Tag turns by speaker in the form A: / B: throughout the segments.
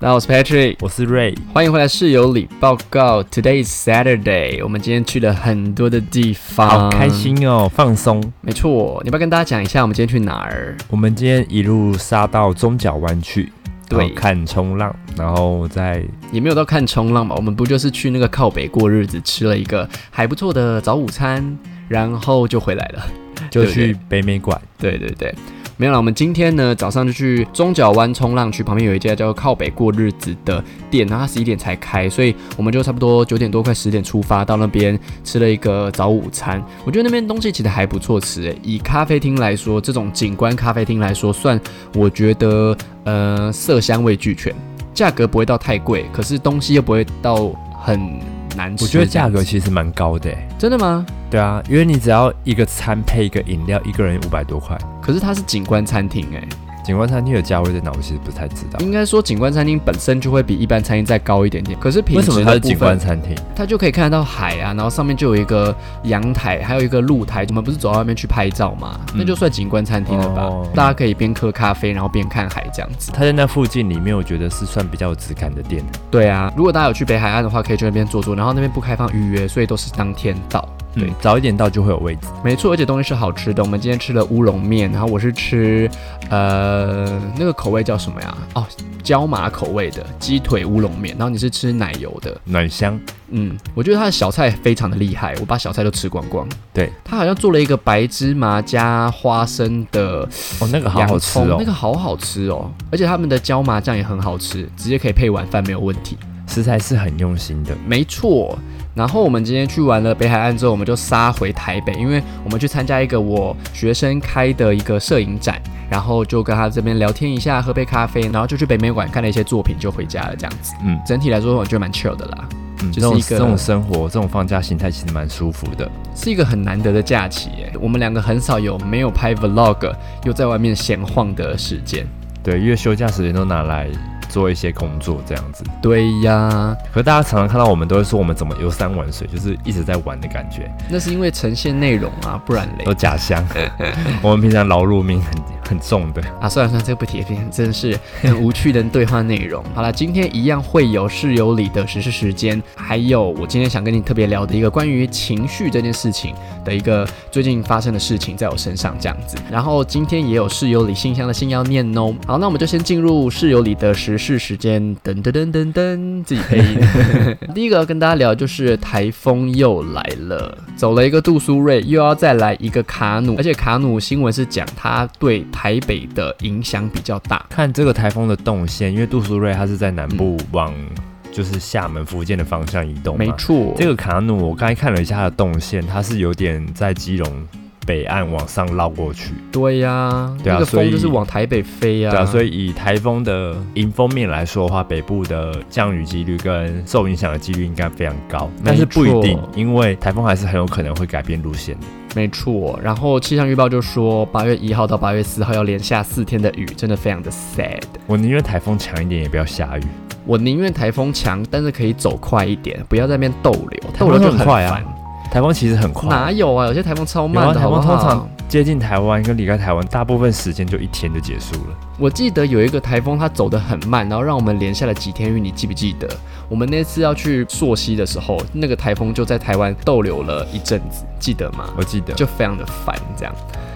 A: 大家好，我是 Patrick，
B: 我是 Ray，
A: 欢迎回来室友里报告。Today is Saturday，我们今天去了很多的地方，
B: 好开。心哦，放松。
A: 没错，你要不要跟大家讲一下我们今天去哪儿？
B: 我们今天一路杀到中角湾去，
A: 对
B: 然后看冲浪，然后再
A: 也没有到看冲浪吧，我们不就是去那个靠北过日子，吃了一个还不错的早午餐，然后就回来了。
B: 就
A: 对
B: 去北美馆。
A: 对对对，没有啦。我们今天呢早上就去中角湾冲浪区，旁边有一家叫靠北过日子的店，然后它十一点才开，所以我们就差不多九点多快十点出发，到那边吃了一个早午餐。我觉得那边东西其实还不错吃、诶，以咖啡厅来说，这种景观咖啡厅来说，算我觉得呃色香味俱全，价格不会到太贵，可是东西又不会到很难吃。
B: 我觉得价
A: 这
B: 格
A: 样子
B: 其实蛮高的耶，欸
A: 真的吗？
B: 对啊，因为你只要一个餐配一个饮料，一个人五百多块。
A: 可是它是景观餐厅诶。
B: 景观餐厅的价位在哪？我其实不太知道。
A: 应该说，景观餐厅本身就会比一般餐厅再高一点点。可是品
B: 为
A: 质
B: 什
A: 的
B: 么它是景
A: 部
B: 观
A: 分，
B: 餐厅？
A: 它就可以看得到海啊，然后上面就有一个阳台，还有一个露台。我们不是走到外面去拍照嘛？那就算景观餐厅了吧？
B: 嗯哦
A: 大家可以边喝咖啡，然后边看海这样子。
B: 它在那附近里面，我觉得是算比较有质感的店。
A: 对啊，如果大家有去北海岸的话，可以去那边坐坐。然后那边不开放预约，所以都是当天到。对
B: 嗯，早一点到就会有位置。
A: 没错，而且东西是好吃的。我们今天吃了乌龙面，然后我是吃呃那个口味叫什么呀？哦，椒麻口味的鸡腿乌龙面。然后你是吃奶油的。
B: 暖香，
A: 嗯，我觉得他的小菜非常的厉害，我把小菜都吃光光。
B: 对，
A: 他好像做了一个白芝麻加花生的
B: 哦，那个好
A: 洋
B: 好吃
A: 葱，
B: 哦，
A: 那个好好吃哦，而且他们的椒麻酱也很好吃，直接可以配晚饭没有问题。
B: 食材是很用心的。
A: 没错。然后我们今天去完了北海岸之后，我们就杀回台北，因为我们去参加一个我学生开的一个摄影展，然后就跟他这边聊天一下，喝杯咖啡，然后就去北美馆看了一些作品，就回家了这样子。
B: 嗯，
A: 整体来说，我觉得蛮 chill 的啦。
B: 嗯，
A: 就是
B: 这种
A: 一个
B: 这种生活，这种放假心态其实蛮舒服的。
A: 是一个很难得的假期耶，我们两个很少有没有拍 vlog 又在外面闲晃的时间。
B: 对，因为休假时间都拿来做一些工作这样子。
A: 对呀，
B: 可是大家常常看到我们都会说我们怎么游山玩水，就是一直在玩的感觉，
A: 那是因为呈现内容啊，不然嘞
B: 都假 象。我们平常劳碌命很很重的。
A: 啊，算了算了，这个不提了，真的是 很无趣的对话内容。好了，今天一样会有室友里的时事时间，还有我今天想跟你特别聊的一个关于情绪这件事情的一个最近发生的事情，在我身上这样子。然后今天也有室友里信箱的信要念哦。好，那我们就先进入室友里的时事时间，噔噔噔噔噔，自己配音。第一个要跟大家聊就是台风又来了，走了一个杜苏芮，又要再来一个卡努，而且卡努新闻是讲它对台北的影响比较大。
B: 看这个台风的动线，因为杜苏芮它是在南部往就是厦门、福建的方向移动嘛。
A: 没错，
B: 这个卡努我刚才看了一下它的动线，它是有点在基隆北岸往上绕过去。
A: 对呀、
B: 对啊
A: 那个
B: 所
A: 风
B: 以
A: 就是往台北飞呀、
B: 对啊，所
A: 以
B: 以以台风的迎风面来说的话，北部的降雨几率跟受影响的几率应该非常高，但是不一
A: 没
B: 定
A: 错，
B: 因为台风还是很有可能会改变路线的。
A: 没错。然后气象预报就说，八月一号到八月四号要连下四天的雨，真的非常的 sad。
B: 我宁愿台风强一点，也不要下雨。
A: 我宁愿台风强，但是可以走快一点，不要在那边逗留，
B: 台
A: 逗留
B: 风
A: 就
B: 很快啊
A: 烦。
B: 台风其实很
A: 哪
B: 快，
A: 有啊？有些台风超
B: 有
A: 慢
B: 啊
A: 的，
B: 台
A: 好不
B: 风
A: 好？
B: 通常接近台湾跟离开台湾，大部分时间就一天就结束了。
A: 我记得有一个台风，它走得很慢，然后让我们连下了几天雨，你记不记得？我们那次要去溯溪的时候，那个台风就在台湾逗留了一阵子，记得吗？
B: 我记得，
A: 就非常的烦这样。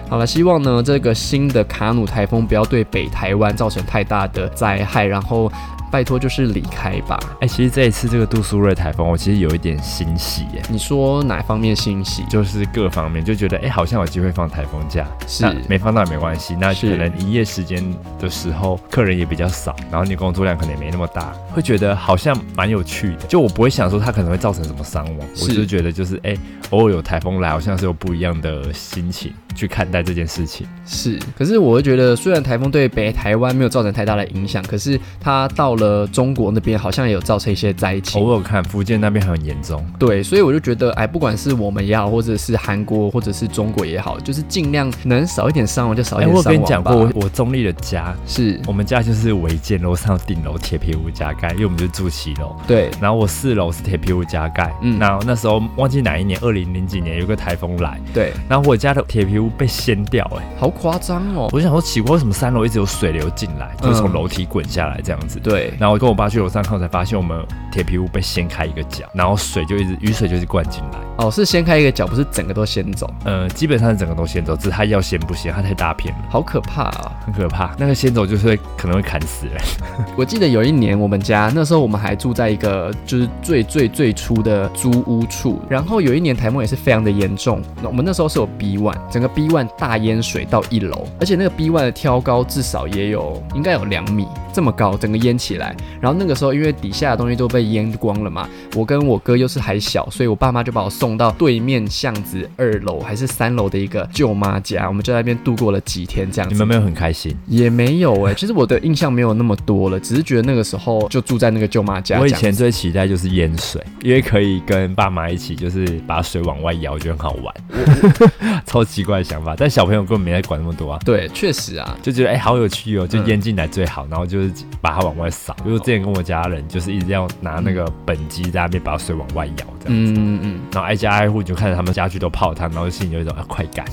A: 好了，希望呢这个新的卡努台风不要对北台湾造成太大的灾害，然后拜托就是离开吧。
B: 哎、其实这一次这个杜苏芮台风，我其实有一点欣喜耶，
A: 你说哪方面欣喜？
B: 就是各方面就觉得，哎、好像有机会放台风假，
A: 是
B: 那没放到也没关系，那可
A: 是
B: 能营业时间的时候客人也比较少，然后你工作量可能也没那么大，会觉得好像蛮有趣的。就我不会想说它可能会造成什么伤亡，
A: 是
B: 我就觉得就是哎、偶尔有台风来，好像是有不一样的心情去看待这件事情。
A: 是，可是我会觉得，虽然台风对北台湾没有造成太大的影响，可是它到了中国那边好像也有造成一些灾情。
B: 偶尔看福建那边很严重，
A: 对，所以我就觉得，哎，不管是我们也好，或者是韩国，或者是中国也好，就是尽量能少一点伤亡就少一
B: 哎、
A: 点
B: 我有
A: 伤亡吧。
B: 跟你讲过，我我中立的家。
A: 是
B: 我们家就是违建，楼上有顶楼铁皮屋加盖，因为我们就住七楼。
A: 对，
B: 然后我四楼是铁皮屋加盖，
A: 嗯
B: 嗯，然后那时候忘记哪一年，二零零几年有个台风来，
A: 对，
B: 然后我家的铁皮屋屋被掀掉、欸，哎，
A: 好夸张哦。
B: 我就想说奇怪，为什么三楼一直有水流进来，就是从楼梯滚下来这样子。
A: 嗯对，
B: 然后我跟我爸去楼上看，我才发现我们铁皮屋被掀开一个角，然后水就一直雨水就一直灌进来。
A: 哦，是掀开一个角，不是整个都掀走，
B: 呃，基本上是整个都掀走，只是他要掀不掀，他太大片了，
A: 好可怕啊、
B: 很可怕。那个掀走就是会可能会砍死人。
A: 我记得有一年我们家那时候我们还住在一个就是最最最初的租屋处，然后有一年台风也是非常的严重，那我们那时候是有 B one，整个 B one 大淹水到一楼，而且那个 B one 的挑高至少也有应该有两米这么高，整个淹起来。然后那个时候因为底下的东西都被淹光了嘛，我跟我哥又是还小，所以我爸妈就把我送到对面巷子二楼还是三楼的一个舅妈家，我们就在那边度过了几天这样
B: 你
A: 子。
B: 们没有很开心？
A: 也没有 哎、其实我的印象没有那么多了，只是觉得那个时候就住在那个舅妈家。
B: 我以
A: 这样
B: 前最期待就是淹水，因为可以跟爸妈一起，就是把水往外摇，就很好玩。 超奇怪的想法，但小朋友根本没在管那么多啊。
A: 对，确实啊，
B: 就觉得哎、好有趣哦，就
A: 嗯
B: 淹进来最好，然后就是把它往外扫。因为我之前跟我家人就是一直要拿那个本机在那边把水往外摇这样，
A: 嗯嗯嗯。
B: 然后挨家挨户就看着他们家具都泡汤，然后心里有一种、啊、快感。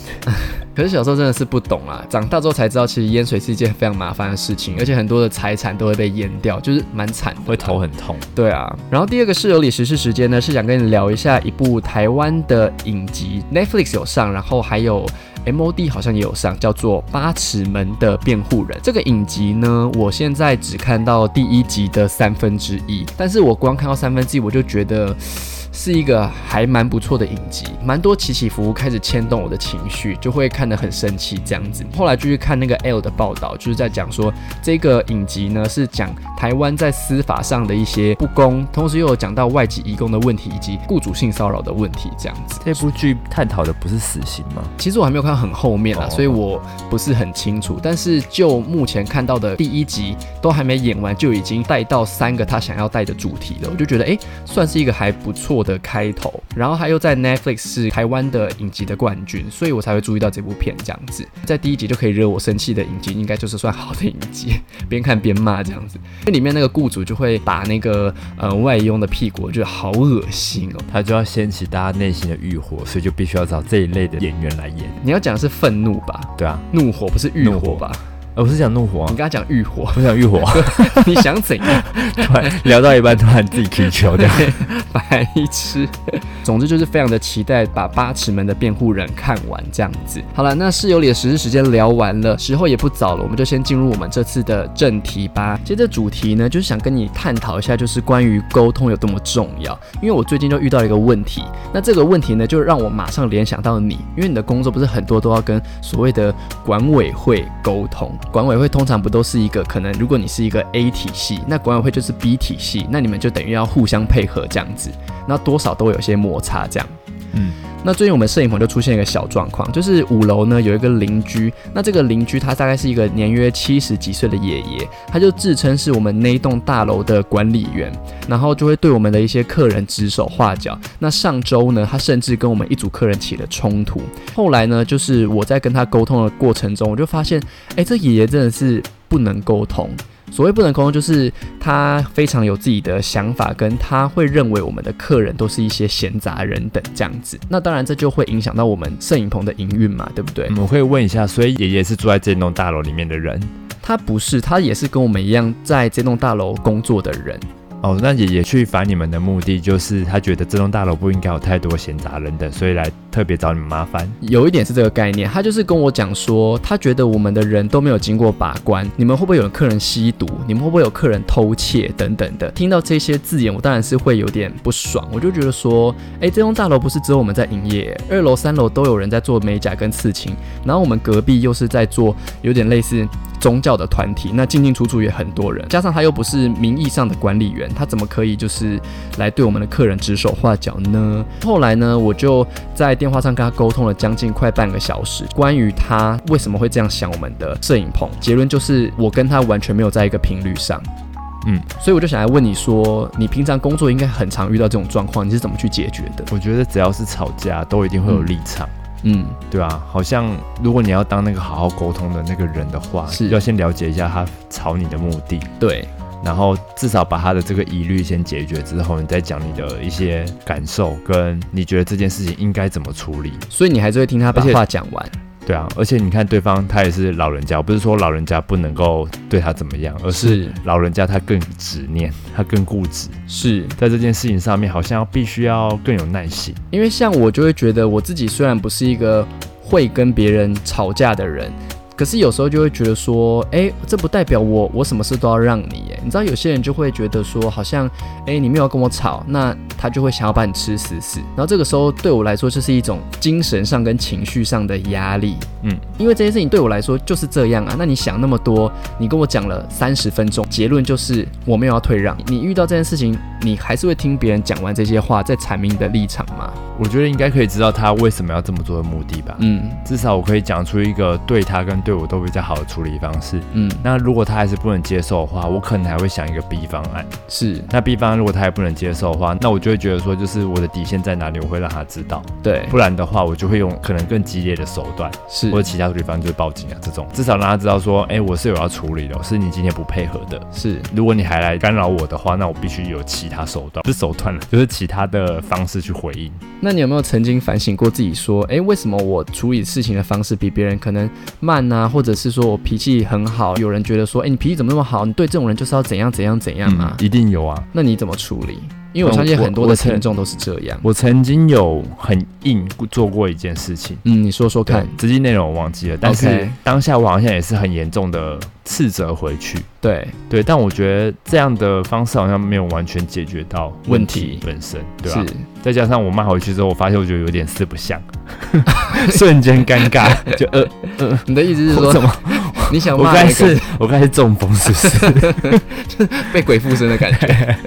A: 可是小时候真的是不懂啊，长大之后才知道，其实淹水是一件非常麻烦的事情，而且很多的财产都会被淹掉，就是蛮惨的。
B: 会头。很痛。
A: 对啊，然后第二个室友里时事时间呢，是想跟你聊一下一部台湾的影集，Netflix 有上，然后还有 MOD 好像也有上，叫做《八尺门的辩护人》。这个影集呢，我现在只看到第一集的三分之一，但是我光看到三分之一，我就觉得。是一个还蛮不错的影集，蛮多起起伏伏开始牵动我的情绪，就会看得很生气这样子。后来就去看那个 L 的报道，就是在讲说这个影集呢是讲台湾在司法上的一些不公，同时又有讲到外籍移工的问题以及雇主性骚扰的问题这样子。
B: 这部剧探讨的不是死刑吗？
A: 其实我还没有看到很后面啊，
B: 哦
A: 所以我不是很清楚。但是就目前看到的第一集都还没演完，就已经带到三个他想要带的主题了，我就觉得诶，算是一个还不错的开头。然后他又在 Netflix 是台湾的影集的冠军，所以我才会注意到这部片这样子。在第一集就可以惹我生气的影集，应该就是算好的影集， 边看边骂这样子。因为里面那个雇主就会打那个呃外佣的屁股，我觉得好恶心哦。
B: 他就要掀起大家内心的欲火，所以就必须要找这一类的演员来演。
A: 你要讲的是愤怒吧，
B: 对啊，
A: 怒火不是欲
B: 怒
A: 火
B: 火
A: 吧？
B: 呃，我是讲怒火、啊
A: 你，跟他讲欲火。
B: 我想欲 火、啊，
A: 你想怎样？
B: 突然聊到一半突然自己踢球 这样。
A: 白痴。总之就是非常的期待把《八尺门的辩护人》看完这样子。好了，那室友里的时事时间聊完了，时候也不早了，我们就先进入我们这次的正题吧。其实这主题呢，就是想跟你探讨一下，就是关于沟通有多么重要。因为我最近就遇到一个问题，那这个问题呢，就让我马上联想到你，因为你的工作不是很多都要跟所谓的管委会沟通。管委会通常不都是一个可能，如果你是一个 A 体系，那管委会就是 B 体系，那你们就等于要互相配合这样子，那多少都会有些摩擦这样。
B: 嗯，
A: 那最近我们摄影棚就出现一个小状况，就是五楼呢有一个邻居，那这个邻居他大概是一个年约七十几岁的爷爷，他就自称是我们那一栋大楼的管理员，然后就会对我们的一些客人指手画脚。那上周呢，他甚至跟我们一组客人起了冲突。后来呢，就是我在跟他沟通的过程中，我就发现，哎，这爷爷真的是不能沟通。所谓不能沟通，就是他非常有自己的想法，跟他会认为我们的客人都是一些闲杂人等这样子。那当然，这就会影响到我们摄影棚的营运嘛，对不对？
B: 嗯我会问一下，所以爷爷是住在这栋大楼里面的人
A: 他不是，他也是跟我们一样在这栋大楼工作的人。
B: 哦。那爷爷去烦你们的目的就是他觉得这栋大楼不应该有太多闲杂人等，所以来特别找你们麻烦。
A: 有一点是这个概念，他就是跟我讲说，他觉得我们的人都没有经过把关，你们会不会有客人吸毒？你们会不会有客人偷窃等等的？听到这些字眼，我当然是会有点不爽，我就觉得说，诶，这栋大楼不是只有我们在营业，二楼、三楼都有人在做美甲跟刺青，然后我们隔壁又是在做有点类似。宗教的团体，那进进出出也很多人，加上他又不是名义上的管理员，他怎么可以就是来对我们的客人指手画脚呢？后来呢，我就在电话上跟他沟通了将近快半个小时，关于他为什么会这样想我们的摄影棚，结论就是我跟他完全没有在一个频率上。
B: 嗯，
A: 所以我就想来问你说，你平常工作应该很常遇到这种状况，你是怎么去解决的？
B: 我觉得只要是吵架，都一定会有立场。
A: 嗯，
B: 对啊，好像如果你要当那个好好沟通的那个人的话，
A: 是
B: 要先了解一下他吵你的目的，
A: 对，
B: 然后至少把他的这个疑虑先解决之后，你再讲你的一些感受跟你觉得这件事情应该怎么处理。
A: 所以你还是会听他把
B: 而且
A: 话讲完。
B: 对啊，而且你看对方他也是老人家，我不是说老人家不能够对他怎么样，而是
A: 是
B: 老人家他更执念，他更固执，
A: 是，
B: 在这件事情上面好像要必须要更有耐心。
A: 因为像我就会觉得我自己虽然不是一个会跟别人吵架的人，可是有时候就会觉得说，哎，这不代表我我什么事都要让你，哎，你知道有些人就会觉得说，好像，哎，你没有跟我吵，那他就会想要把你吃死死，然后这个时候对我来说就是一种精神上跟情绪上的压力，
B: 嗯，
A: 因为这件事情对我来说就是这样啊，那你想那么多，你跟我讲了三十分钟，结论就是我没有要退让，你遇到这件事情，你还是会听别人讲完这些话再阐明你的立场吗？
B: 我觉得应该可以知道他为什么要这么做的目的吧。
A: 嗯
B: 至少我可以讲出一个对他跟对我都比较好的处理方式。
A: 嗯，
B: 那如果他还是不能接受的话，我可能还会想一个 B 方案。
A: 是
B: 那 B 方案如果他还不能接受的话，那我就会觉得说，就是我的底线在哪里，我会让他知道。
A: 对，
B: 不然的话，我就会用可能更激烈的手段，
A: 是
B: 或者其他对方就是报警啊这种，至少让他知道说，哎、我是有要处理的，是你今天不配合的。
A: 是
B: 如果你还来干扰我的话，那我必须有其他手段，不是手段了，啊 就是其他的方式去回应。
A: 那你有没有曾经反省过自己说，诶，为什么我处理事情的方式比别人可能慢啊，或者是说我脾气很好？有人觉得说，诶，你脾气怎么那么好？你对这种人就是要怎样怎样怎样啊？
B: 一定有啊。
A: 那你怎么处理？因为我
B: 嗯
A: 相信
B: 我
A: 很多的
B: 我曾
A: 听众都是这样。
B: 我曾经有很硬做过一件事情，
A: 嗯，你说说看。
B: 直接内容我忘记了，但是
A: OK
B: 当下我好像也是很严重的斥责回去。
A: 对，
B: 对，但我觉得这样的方式好像没有完全解决到
A: 问
B: 问
A: 题
B: 题本身，对啊吧、
A: 是
B: 再加上我骂回去之后，我发现我觉得有点四不像， 瞬间 尴尬，就呃，
A: 你的意思是
B: 我
A: 说
B: 怎，么？
A: 你想
B: 我
A: 骂
B: 该
A: 那个
B: 是我该是中风是不是？
A: 被鬼附身的感觉？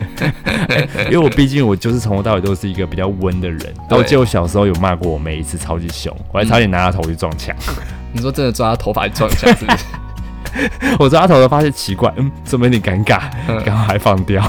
B: 因为我毕竟我就是从头到尾都是一个比较温的人，然后我记得我小时候有骂过我妹一次，超级凶，
A: 嗯
B: 我还差点拿她头去撞墙。
A: 你说真的抓他头发撞一下是不是？
B: 我抓她头发现奇怪，嗯，怎么有点尴尬，
A: 嗯
B: 然后还放 掉。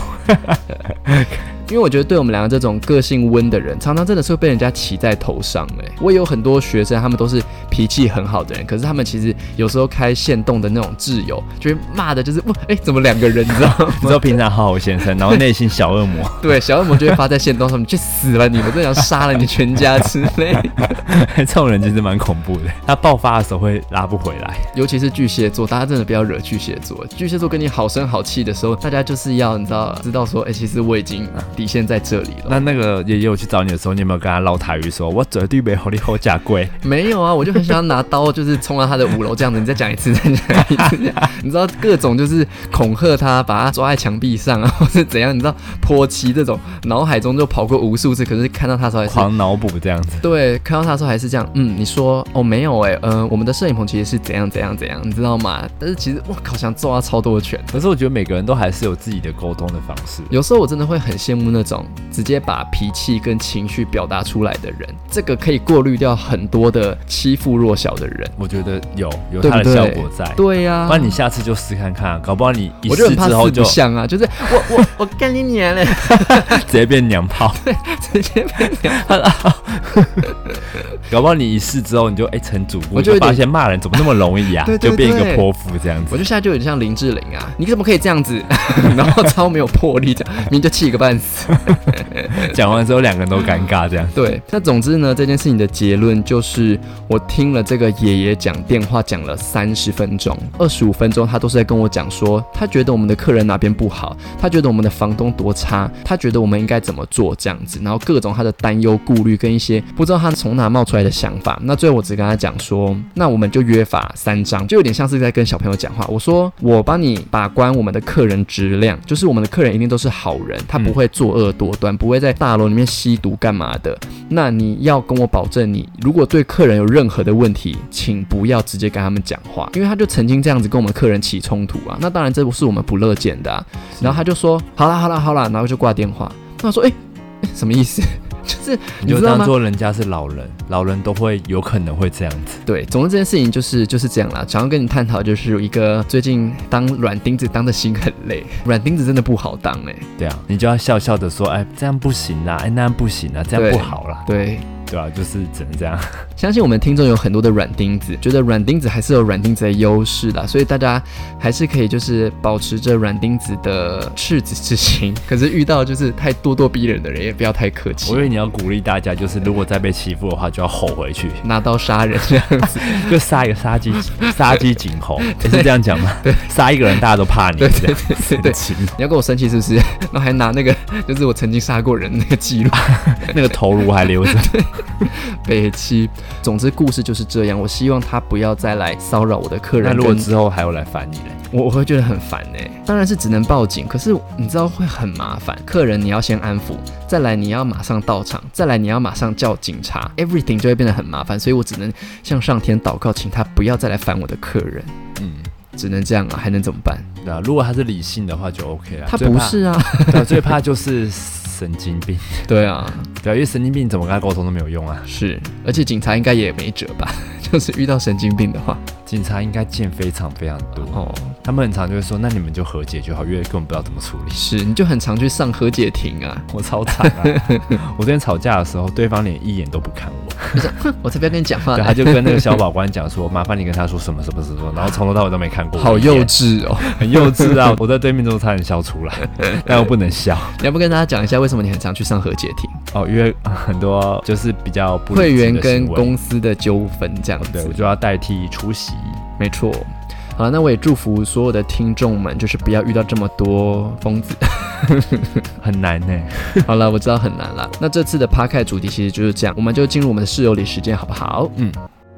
A: 因为我觉得对我们两个这种个性温的人，常常真的是会被人家骑在头上哎、我也有很多学生，他们都是脾气很好的人，可是他们其实有时候开线动的那种挚友，就会骂的就是哇哎、怎么两个人，你知道 吗？
B: 你知道平常好好先生，然后内心小恶魔，
A: 对，小恶魔就会发在线动上面，去死了你！我真的想杀了你全家之类的。
B: 这种人其实蛮恐怖的。他爆发的时候会拉不回来。
A: 尤其是巨蟹座，大家真的不要惹巨蟹座。巨蟹座跟你好声好气的时候，大家就是要你知道知道说，哎、其实我已经底线在这里了。
B: 那那个爷爷我去找你的时候，你有没有跟他唠台语说，我绝对没和你好假贵？
A: 没有啊，我就很想要拿刀，就是冲到他的五楼这样子。你再讲一次，再讲一次，你知道各种就是恐吓他，把他抓在墙壁上啊，或是怎样？你知道泼漆这种，脑海中就跑过无数次，可是看到他的时候还是。
B: 狂脑补这样子。
A: 对，看到他的时候还是这样，嗯，你说哦没有哎、呃，我们的摄影棚其实是怎样怎样怎样，你知道吗？但是其实我靠，想揍他超多拳。
B: 可是我觉得每个人都还是有自己的沟通的方式。
A: 有时候我真的会很羡慕那种直接把脾气跟情绪表达出来的人，这个可以过滤掉很多的欺负弱小的人，
B: 我觉得有有
A: 对
B: 它
A: 不对？
B: 的效果在。
A: 对呀、
B: 不然你下次就试看看啊，搞不好你一
A: 我就
B: 试
A: 很怕
B: 之后
A: 四
B: 就
A: 不像啊， 就是我我我干你娘嘞，
B: 直接变娘炮，
A: 直接被娘
B: 搞不好你一试之后你就哎成主顾，
A: 我
B: 你
A: 就
B: 就
A: 有点
B: 发现骂人怎么那么容易啊
A: 对，对
B: 就变一
A: 对
B: 个泼妇这样
A: 我
B: 子。
A: 就现在就有点像林志玲啊，你怎么可以这样子？ 然后超没有魄力，这样明明就气个半死。
B: 讲完之后两个人都尴尬这样。
A: 对，那总之呢，这件事情的结论就是，我听了这个爷爷讲电话讲了三十分钟，二十五分钟他都是在跟我讲说，他觉得我们的客人哪边不好，他觉得我们的房东多差，他觉得我们应该怎么做这样子，然后各种他的担忧、顾虑跟一些不知道他从哪冒出来的想法。那最后我只跟他讲说，那我们就约法三章，就有点像是在跟小朋友讲话。我说我帮你把关我们的客人质量，就是我们的客人一定都是好人，他不会作恶多端，不会在大楼里面吸毒干嘛的。那你要跟我保证你，如果对客人有任何的问题，请不要直接跟他们讲话，因为他就曾经这样子跟我们客人起冲突啊。那当然这不是我们不乐见的、啊。然后他就说好啦好啦好啦，然后就挂电话。 那我说哎、诶什么意思？就是
B: 你就
A: 知道吗
B: 当做人家是老人，老人都会有可能会这样子。
A: 对，总之这件事情就是就是这样啦。想要跟你探讨，就是有一个最近当软钉子当的心很累，软钉子真的不好当哎、
B: 啊对啊，你就要笑笑的说，哎，这样不行啦，哎，那样不行啦，这样
A: 对
B: 不好啦。
A: 对，
B: 对啊，就是只能这样。
A: 相信我们听众有很多的软钉子，觉得软钉子还是有软钉子的优势的，所以大家还是可以就是保持着软钉子的赤子之心。可是遇到就是太咄咄逼人的人，也不要太客气
B: 我以，为你要鼓励大家，就是如果再被欺负的话，就要吼回去，
A: 拿刀杀人这样子。
B: 就杀一 个杀鸡，杀鸡儆猴，是这样讲吗？对，杀一个人大家都怕你，
A: 对
B: 这
A: 对
B: 样
A: 对对对，
B: 神经
A: 你要跟我生气是不 是？然后还拿那个就是我曾经杀过人那个记录。
B: 那个头颅还留着。
A: 北七，总之故事就是这样。我希望他不要再来骚扰我的客人。
B: 那如果
A: 跟
B: 之后还有来烦你嘞，
A: 我我会觉得很烦哎、当然是只能报警，可是你知道会很麻烦。客人你要先安抚，再来你要马上到场，再来你要马上叫警察，everything 就会变得很麻烦。所以我只能向上天祷告，请他不要再来烦我的客人。
B: 嗯，
A: 只能这样啊，还能怎么办？
B: 对啊，如果他是理性的话就 OK 啊。
A: 他
B: 最
A: 不
B: 怕
A: 是啊，
B: 对啊，最怕就是神经病，
A: 对啊，
B: 对啊，因为神经病怎么跟他沟通都没有用啊。
A: 是，而且警察应该也没辙吧？就是遇到神经病的话，
B: 警察应该见非常非常多，
A: 哦，
B: 他们很常就会说，那你们就和解就好，因为根本不知道怎 么处理。
A: 是，你就很常去上和解庭啊，
B: 我超惨啊！我昨天吵架的时候，对方连一眼都不看我，
A: 我才不要跟你讲 话
B: 啊对，
A: 呢，
B: 他就跟那个小保官讲说， 麻烦你跟他说什么什么什么，然后从头到尾都没看过我
A: 好
B: 一眼
A: 幼，稚哦。
B: 很幼稚啊！我在对面中差点笑出 来，但我不能笑
A: 你要不跟大家讲一下为什么你很常去上和解庭？
B: 哦，因为很多就是比较不理
A: 会员
B: 智的
A: 跟
B: 行为
A: 公司的纠纷这样
B: 对，
A: 子
B: 我，就要代替出席。
A: 没错。好了，那我也祝福所有的听众们，就是不要遇到这么多疯 子。
B: 很难呢、
A: 好了，我知道很难了。那这次的 p a r k 主题其实就是这样，我们就进入我们的室友里时间，好不好？
B: 嗯。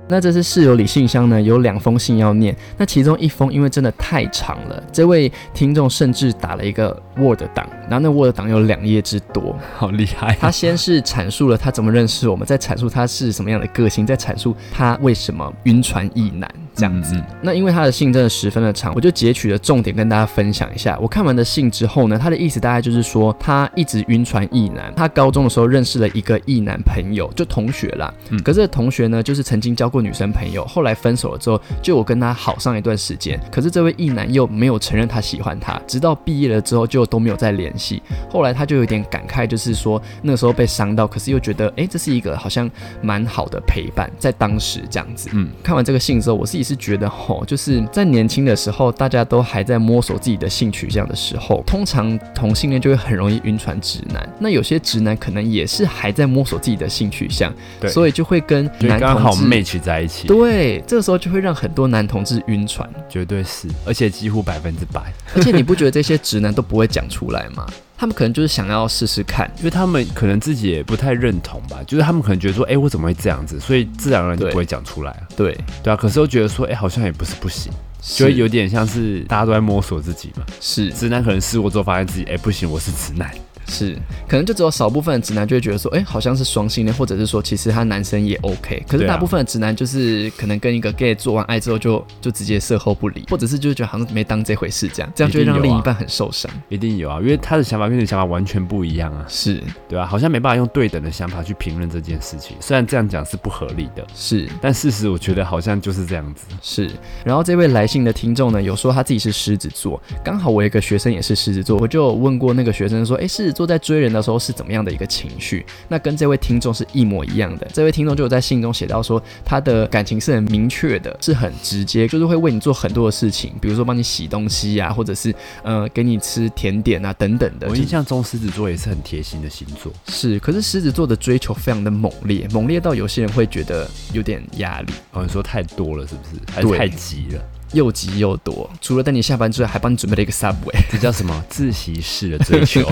A: 那这次室友里信箱呢，有两封信要念。那其中一封因为真的太长了，这位听众甚至打了一个 Word 档，然后那 Word 档有两页之 多。
B: 好厉害
A: 他先是阐述了他怎么认识我们，再阐述他是什么样的个性，再阐述他为什么晕船意难这样子。
B: 嗯
A: 那因为他的信真的十分的长，我就截取了重点跟大家分享一下。我看完的信之后呢，他的意思大概就是说，他一直晕船意男。他高中的时候认识了一个意男朋友，就同学啦。
B: 嗯
A: 可是这同学呢，就是曾经交过女生朋友，后来分手了之后，就我跟他好上一段时间。可是这位意男又没有承认他喜欢他，直到毕业了之后就都没有再联系。后来他就有点感慨，就是说那个时候被伤到，可是又觉得，诶，这是一个好像蛮好的陪伴，在当时这样子。
B: 嗯，
A: 看完这个信之后，我自己是觉得吼，就是在年轻的时候，大家都还在摸索自己的性取向的时候，通常同性恋就会很容易晕船直男。那有些直男可能也是还在摸索自己的性取向，
B: 对
A: 所以就会跟
B: 就
A: 男
B: 刚
A: 同
B: 好
A: 志。
B: match 在一起，
A: 对，这个时候就会让很多男同志晕船，
B: 绝对是，而且几乎百分之百，
A: 而且你不觉得这些直男都不会讲出来吗？他们可能就是想要试试看，
B: 因为他们可能自己也不太认同吧，就是他们可能觉得说，哎、我怎么会这样子，所以自然而然就
A: 对
B: 不会讲出来啊，
A: 对，
B: 对啊，可是又觉得说，哎、好像也不是不行， 就会有点像是大家都在摸索自己嘛，
A: 是
B: 直男可能试过之后发现自己，哎、不行，我是直男，
A: 是，可能就只有少部分的直男就会觉得说，哎、好像是双性恋，或者是说其实他男生也 OK。可是
B: 对啊
A: 大部分的直男就是可能跟一个 gay 做完爱之后就就直接射后不理，或者是就是觉得好像没当这回事这样，这样就会
B: 一定有
A: 让
B: 啊
A: 另一半很受伤。
B: 一定有啊，因为他的想法跟你的想法完全不一样啊，
A: 是
B: 对啊，好像没办法用对等的想法去评论这件事情，虽然这样讲是不合理的，
A: 是
B: 但事实我觉得好像就是这样子，
A: 是。然后这位来信的听众呢，有说他自己是狮子座，刚好我有一个学生也是狮子座，我就有问过那个学生说，哎、狮子座在追人的时候是怎么样的一个情绪？那跟这位听众是一模一样的。这位听众就有在信中写到说，他的感情是很明确的，是很直接，就是会为你做很多的事情，比如说帮你洗东西呀、或者是呃给你吃甜点啊等等的。
B: 我
A: 就
B: 印
A: 是
B: 象中狮子座也是很贴心的星座，
A: 是，可是狮子座的追求非常的猛烈，猛烈到有些人会觉得有点压力。
B: 好哦像说太多了是不是？还是
A: 对
B: 太急了？
A: 又急又多，除了等你下班之外，还帮你准备了一个 Subway。
B: 这叫什么自习式的追求？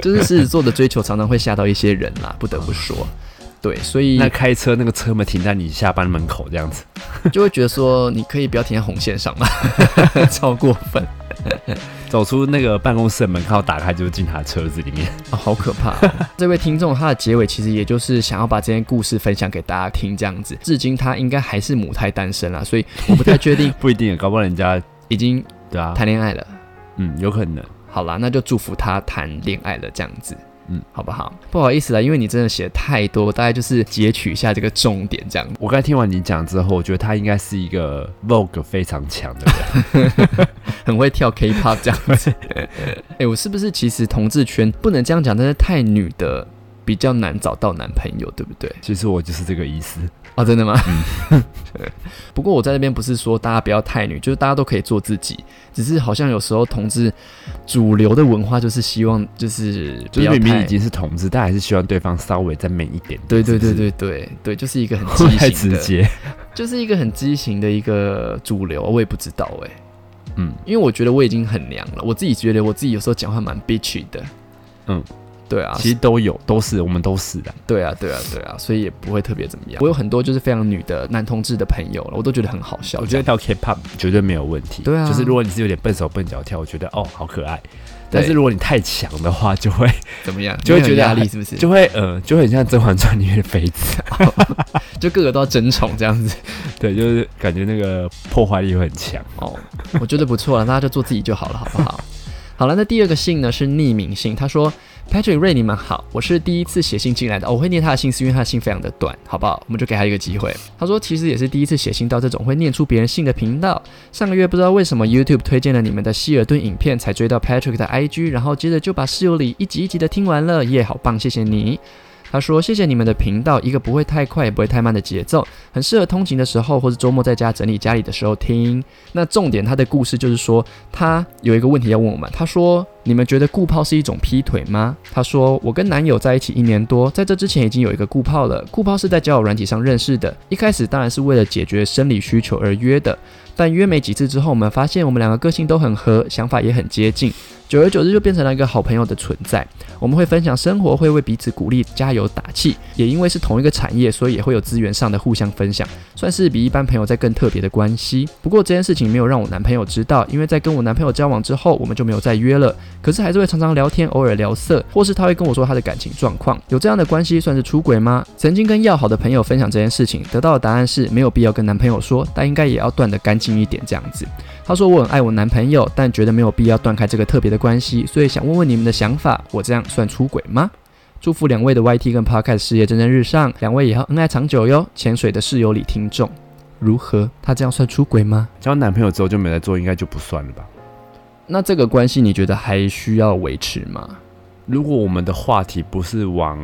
A: 就是狮子座的追求常常会吓到一些人 啦，不得不说。对，所以
B: 那开车那个车门停在你下班门口这样子，
A: 就会觉得说，你可以不要停在红线上嘛，啊 超过分
B: 走出那个办公室的门，靠打开就是进他的车子里面。
A: 哦好可怕哦、 这位听众他的结尾其实也就是想要把这件故事分享给大家听，这样子。至今他应该还是母胎单身啦，所以我不太确定
B: 不一定，啊搞不好人家
A: 已经
B: 对啊，
A: 谈恋 爱了。
B: 嗯，有可能。
A: 好啦，那就祝福他谈恋爱了，这样子。嗯
B: 嗯，
A: 好不好？不好意思啦，因为你真的写得太多，大概就是截取一下这个重点这样
B: 我刚才听完你讲之后，我觉得他应该是一个 Vogue 非常强的 人，
A: 很会跳 K-pop 这样子。哎、我是不是其实同志圈不能这样讲，但是太女的比较难找到男朋友，对不对？
B: 其实我就是这个意 思。
A: 哦，真的吗？
B: 嗯
A: 不过我在这边不是说大家不要太女，就是大家都可以做自己，只是好像有时候同志主流的文化就是希望就是不
B: 就是
A: 要
B: 明明
A: 太
B: 已。经是同志，但还是希望对方稍微再美一点。
A: 对对对
B: 是不
A: 对
B: 是，
A: 对对，就是一个很
B: 会不会 太
A: 畸形
B: 直
A: 的，
B: 接。
A: 就是一个很畸形的一个主流，我也不知道哎、
B: 嗯，
A: 因为我觉得我已经很娘了，我自己觉得我自己有时候讲话蛮 bitchy 的，
B: 嗯，
A: 对啊，
B: 其实都有，都是我们都是的。
A: 对啊，对啊，对啊，所以也不会特别怎么样。我有很多就是非常女的男同志的朋友了，我都觉得很好笑。
B: 我觉得跳 K-pop 绝对没有问题。
A: 对啊
B: 就是如果你是有点笨手笨脚跳，我觉得哦好可爱。但
A: 对
B: 是如果你太强的话，就 会
A: 怎么样，
B: 就会
A: 你
B: 觉
A: 很
B: 得
A: 有压力是不是？就
B: 就会呃，就很像《甄嬛传》里面的妃子。
A: 就各个都要争宠这样子。
B: 对，就是感觉那个破坏力会很强。
A: 哦，我觉得不错了，大家就做自己就好了，好不好？ 好了，那第二个信呢是匿名信，他说：“Patrick 瑞，你们好，我是第一次写信进来的、哦我会念他的信是因为他的信非常的短，好不好？我们就给他一个机会。”他说：“其实也是第一次写信到这种会念出别人信的频道。上个月不知道为什么 YouTube 推荐了你们的希尔顿影片，才追到 Patrick 的 IG，然后接着就把室友里一集一集的听完了，耶，好棒，谢谢你。”他说：“谢谢你们的频道，一个不会太快也不会太慢的节奏，很适合通勤的时候或是周末在家整理家里的时候听。那重点，他的故事就是说，他有一个问题要问我们。他说：“你们觉得顾炮是一种劈腿吗？”他说：“我跟男友在一起一年多，在这之前已经有一个顾炮了。顾炮是在交友软体上认识的，一开始当然是为了解决生理需求而约的。但约没几次之后，我们发现我们两个个性都很合，想法也很接近，久而久之就变成了一个好朋友的存在。我们会分享生活，会为彼此鼓励、加油打气。也因为是同一个产业，所以也会有资源上的互相分享。算是比一般朋友在更特别的关系。不过这件事情没有让我男朋友知道，因为在跟我男朋友交往之后，我们就没有再约了。可是还是会常常聊天，偶尔聊色，或是他会跟我说他的感情状况。有这样的关系算是出轨吗？曾经跟要好的朋友分享这件事情，得到的答案是没有必要跟男朋友说，但应该也要断得干净一点这样子。他说我很爱我男朋友，但觉得没有必要断开这个特别的关系，所以想问问你们的想法，我这样算出轨吗？祝福两位的 YT 跟 Podcast 事业蒸蒸日上，两位也要恩爱长久哟！潜水的室友里听众如何？他这样算出轨吗？
B: 交男朋友之后就没有在做，应该就不算了吧？
A: 那这个关系你觉得还需要维持吗？
B: 如果我们的话题不是往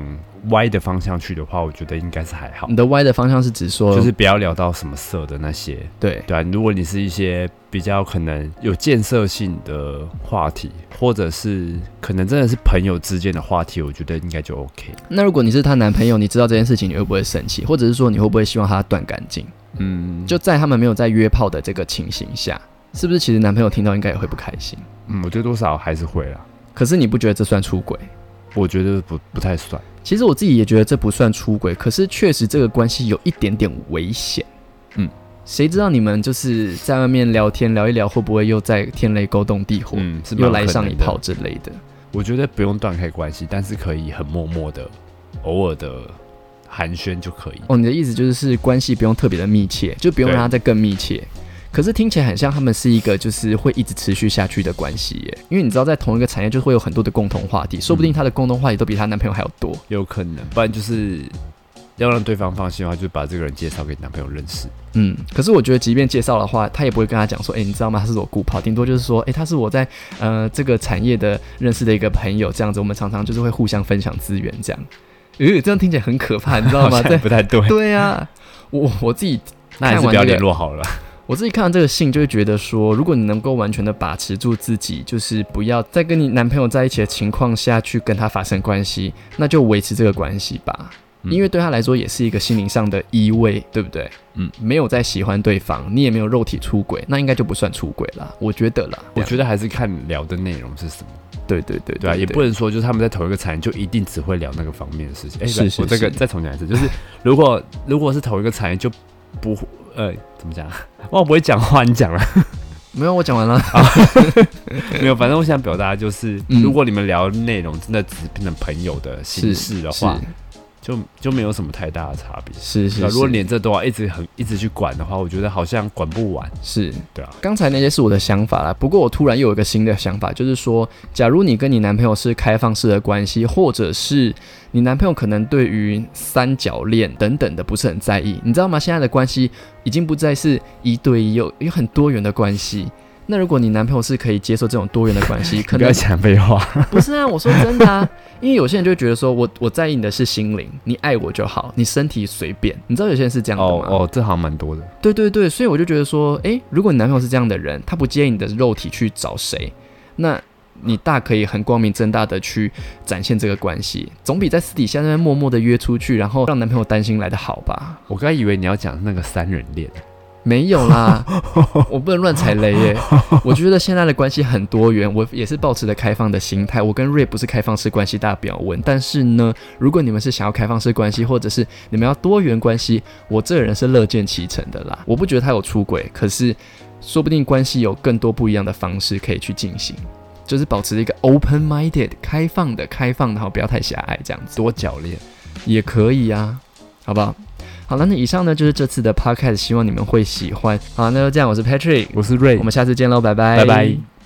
B: 歪的方向去的话，我觉得应该是还好
A: 你，的歪的方向是指说，
B: 就是不要聊到什么色的那些。
A: 对
B: 对啊，如果你是一些比较可能有建设性的话题，或者是可能真的是朋友之间的话题，我觉得应该就 OK。
A: 那如果你是她男朋友，你知道这件事情，你会不会生气？或者是说你会不会希望他断干净？
B: 嗯，
A: 就在他们没有在约炮的这个情形下，是不是其实男朋友听到应该也会不开心？
B: 嗯，我觉得多少还是会啦。
A: 可是你不觉得这算出轨？
B: 我觉得不不太算，
A: 其实我自己也觉得这不算出轨，可是确实这个关系有一点点危险。嗯
B: 嗯，
A: 谁知道你们就是在外面聊天聊一聊，会不会又在天雷勾动地火，
B: 嗯，是蛮
A: 又
B: 有
A: 来
B: 可
A: 上
B: 能
A: 一
B: 的
A: 炮。之类的？
B: 我觉得不用断开关系，但是可以很默默的、偶尔的寒暄就可以。
A: 哦，你的意思就是关系不用特别的密切，就不用
B: 对
A: 让它再更密切。可是听起来很像他们是一个就是会一直持续下去的关系耶，因为你知道在同一个产业就会有很多的共同话题，说
B: 嗯
A: 不定她的共同话题都比她男朋友还要多。
B: 有可能，不然就是要让对方放心的话，就把这个人介绍给你男朋友认识。
A: 嗯，可是我觉得，即便介绍的话，他也不会跟他讲说，哎、你知道吗？他是我顾跑，顶多就是说，哎、他是我在呃这个产业的认识的一个朋友，这样子，我们常常就是会互相分享资源，这 样。呃，这样听起来很可怕，你知道
B: 好
A: 吗？
B: 像
A: 在
B: 不太对，
A: 啊对啊，我我自己
B: 那还
A: 看
B: 是
A: 完
B: 不要
A: 这个
B: 联络好了。
A: 我自己看完这个信，就会觉得说，如果你能够完全的把持住自己，就是不要在跟你男朋友在一起的情况下去跟他发生关系，那就维持这个关系吧。
B: 嗯
A: 因为对他来说也是一个心灵上的依偎，对不对？
B: 嗯，
A: 没有在喜欢对方，你也没有肉体出轨，那应该就不算出轨啦，我觉得啦。
B: 我觉得还是看聊的内容是什么，
A: 对对对
B: 对啊，也不能说就是他们在同一个产业就一定只会聊那个方面的事情。哎，
A: 是
B: 不
A: 是
B: 我这个
A: 是
B: 再重讲一次，就是如果如果是同一个产业就不呃怎么讲啊，我不会讲话，你讲了
A: 没有，我讲完了。
B: 没有？反正我想表达的就是，
A: 嗯
B: 如果你们聊的内容真的只是变成朋友的形式的话，就就没有什么太大的差别。
A: 是是
B: 对啊
A: 是，
B: 如果连这都要一直很一直去管的话，我觉得好像管不完。
A: 是
B: 对啊，
A: 刚才那些是我的想法啦。不过我突然又有一个新的想法，就是说，假如你跟你男朋友是开放式的关系，或者是你男朋友可能对于三角恋等等的不是很在意，你知道吗？现在的关系已经不再是一对一，有有很多元的关系。那如果你男朋 友是可以接受这种多元的关系，可
B: 你不要
A: 能
B: 讲 废话。
A: 不是啊，我说真的啊，因为有些人就会觉得说我我在意你的是心灵，你爱我就好，你身体随便。你知道有些人是这样的
B: 哦
A: 吗？
B: 哦，这好像蛮多的。
A: 对对对，所以我就觉得说，诶，如果你男朋友是这样的人，他不介意你的肉体去找谁，那你大可以很光明正大的去展现这个关系，总比在私底下那边默默的约出去，然后让男朋友担心来的好吧？
B: 我刚以为你要讲那个三人 恋，
A: 没有啦， 我不能乱踩雷耶。我觉得现在的关系很多元，我也是保持着开放的心态。我跟瑞不是开放式关系，大家不要问。但是呢，如果你们是想要开放式关系，或者是你们要多元关系，我这个人是乐见其成的啦。我不觉得他有出轨，可是说不定关系有更多不一样的方式可以去进行，就是保持一个 open minded 开放的、开放的，好，不要太狭隘这样子。
B: 多角恋。
A: 也可以啊，好不好？好了，那以上呢就是这次的 podcast，希望你们会喜欢。好，那就这样，我是 Patrick，
B: 我是瑞
A: 哎我，们下次见喽，拜拜，
B: 拜拜。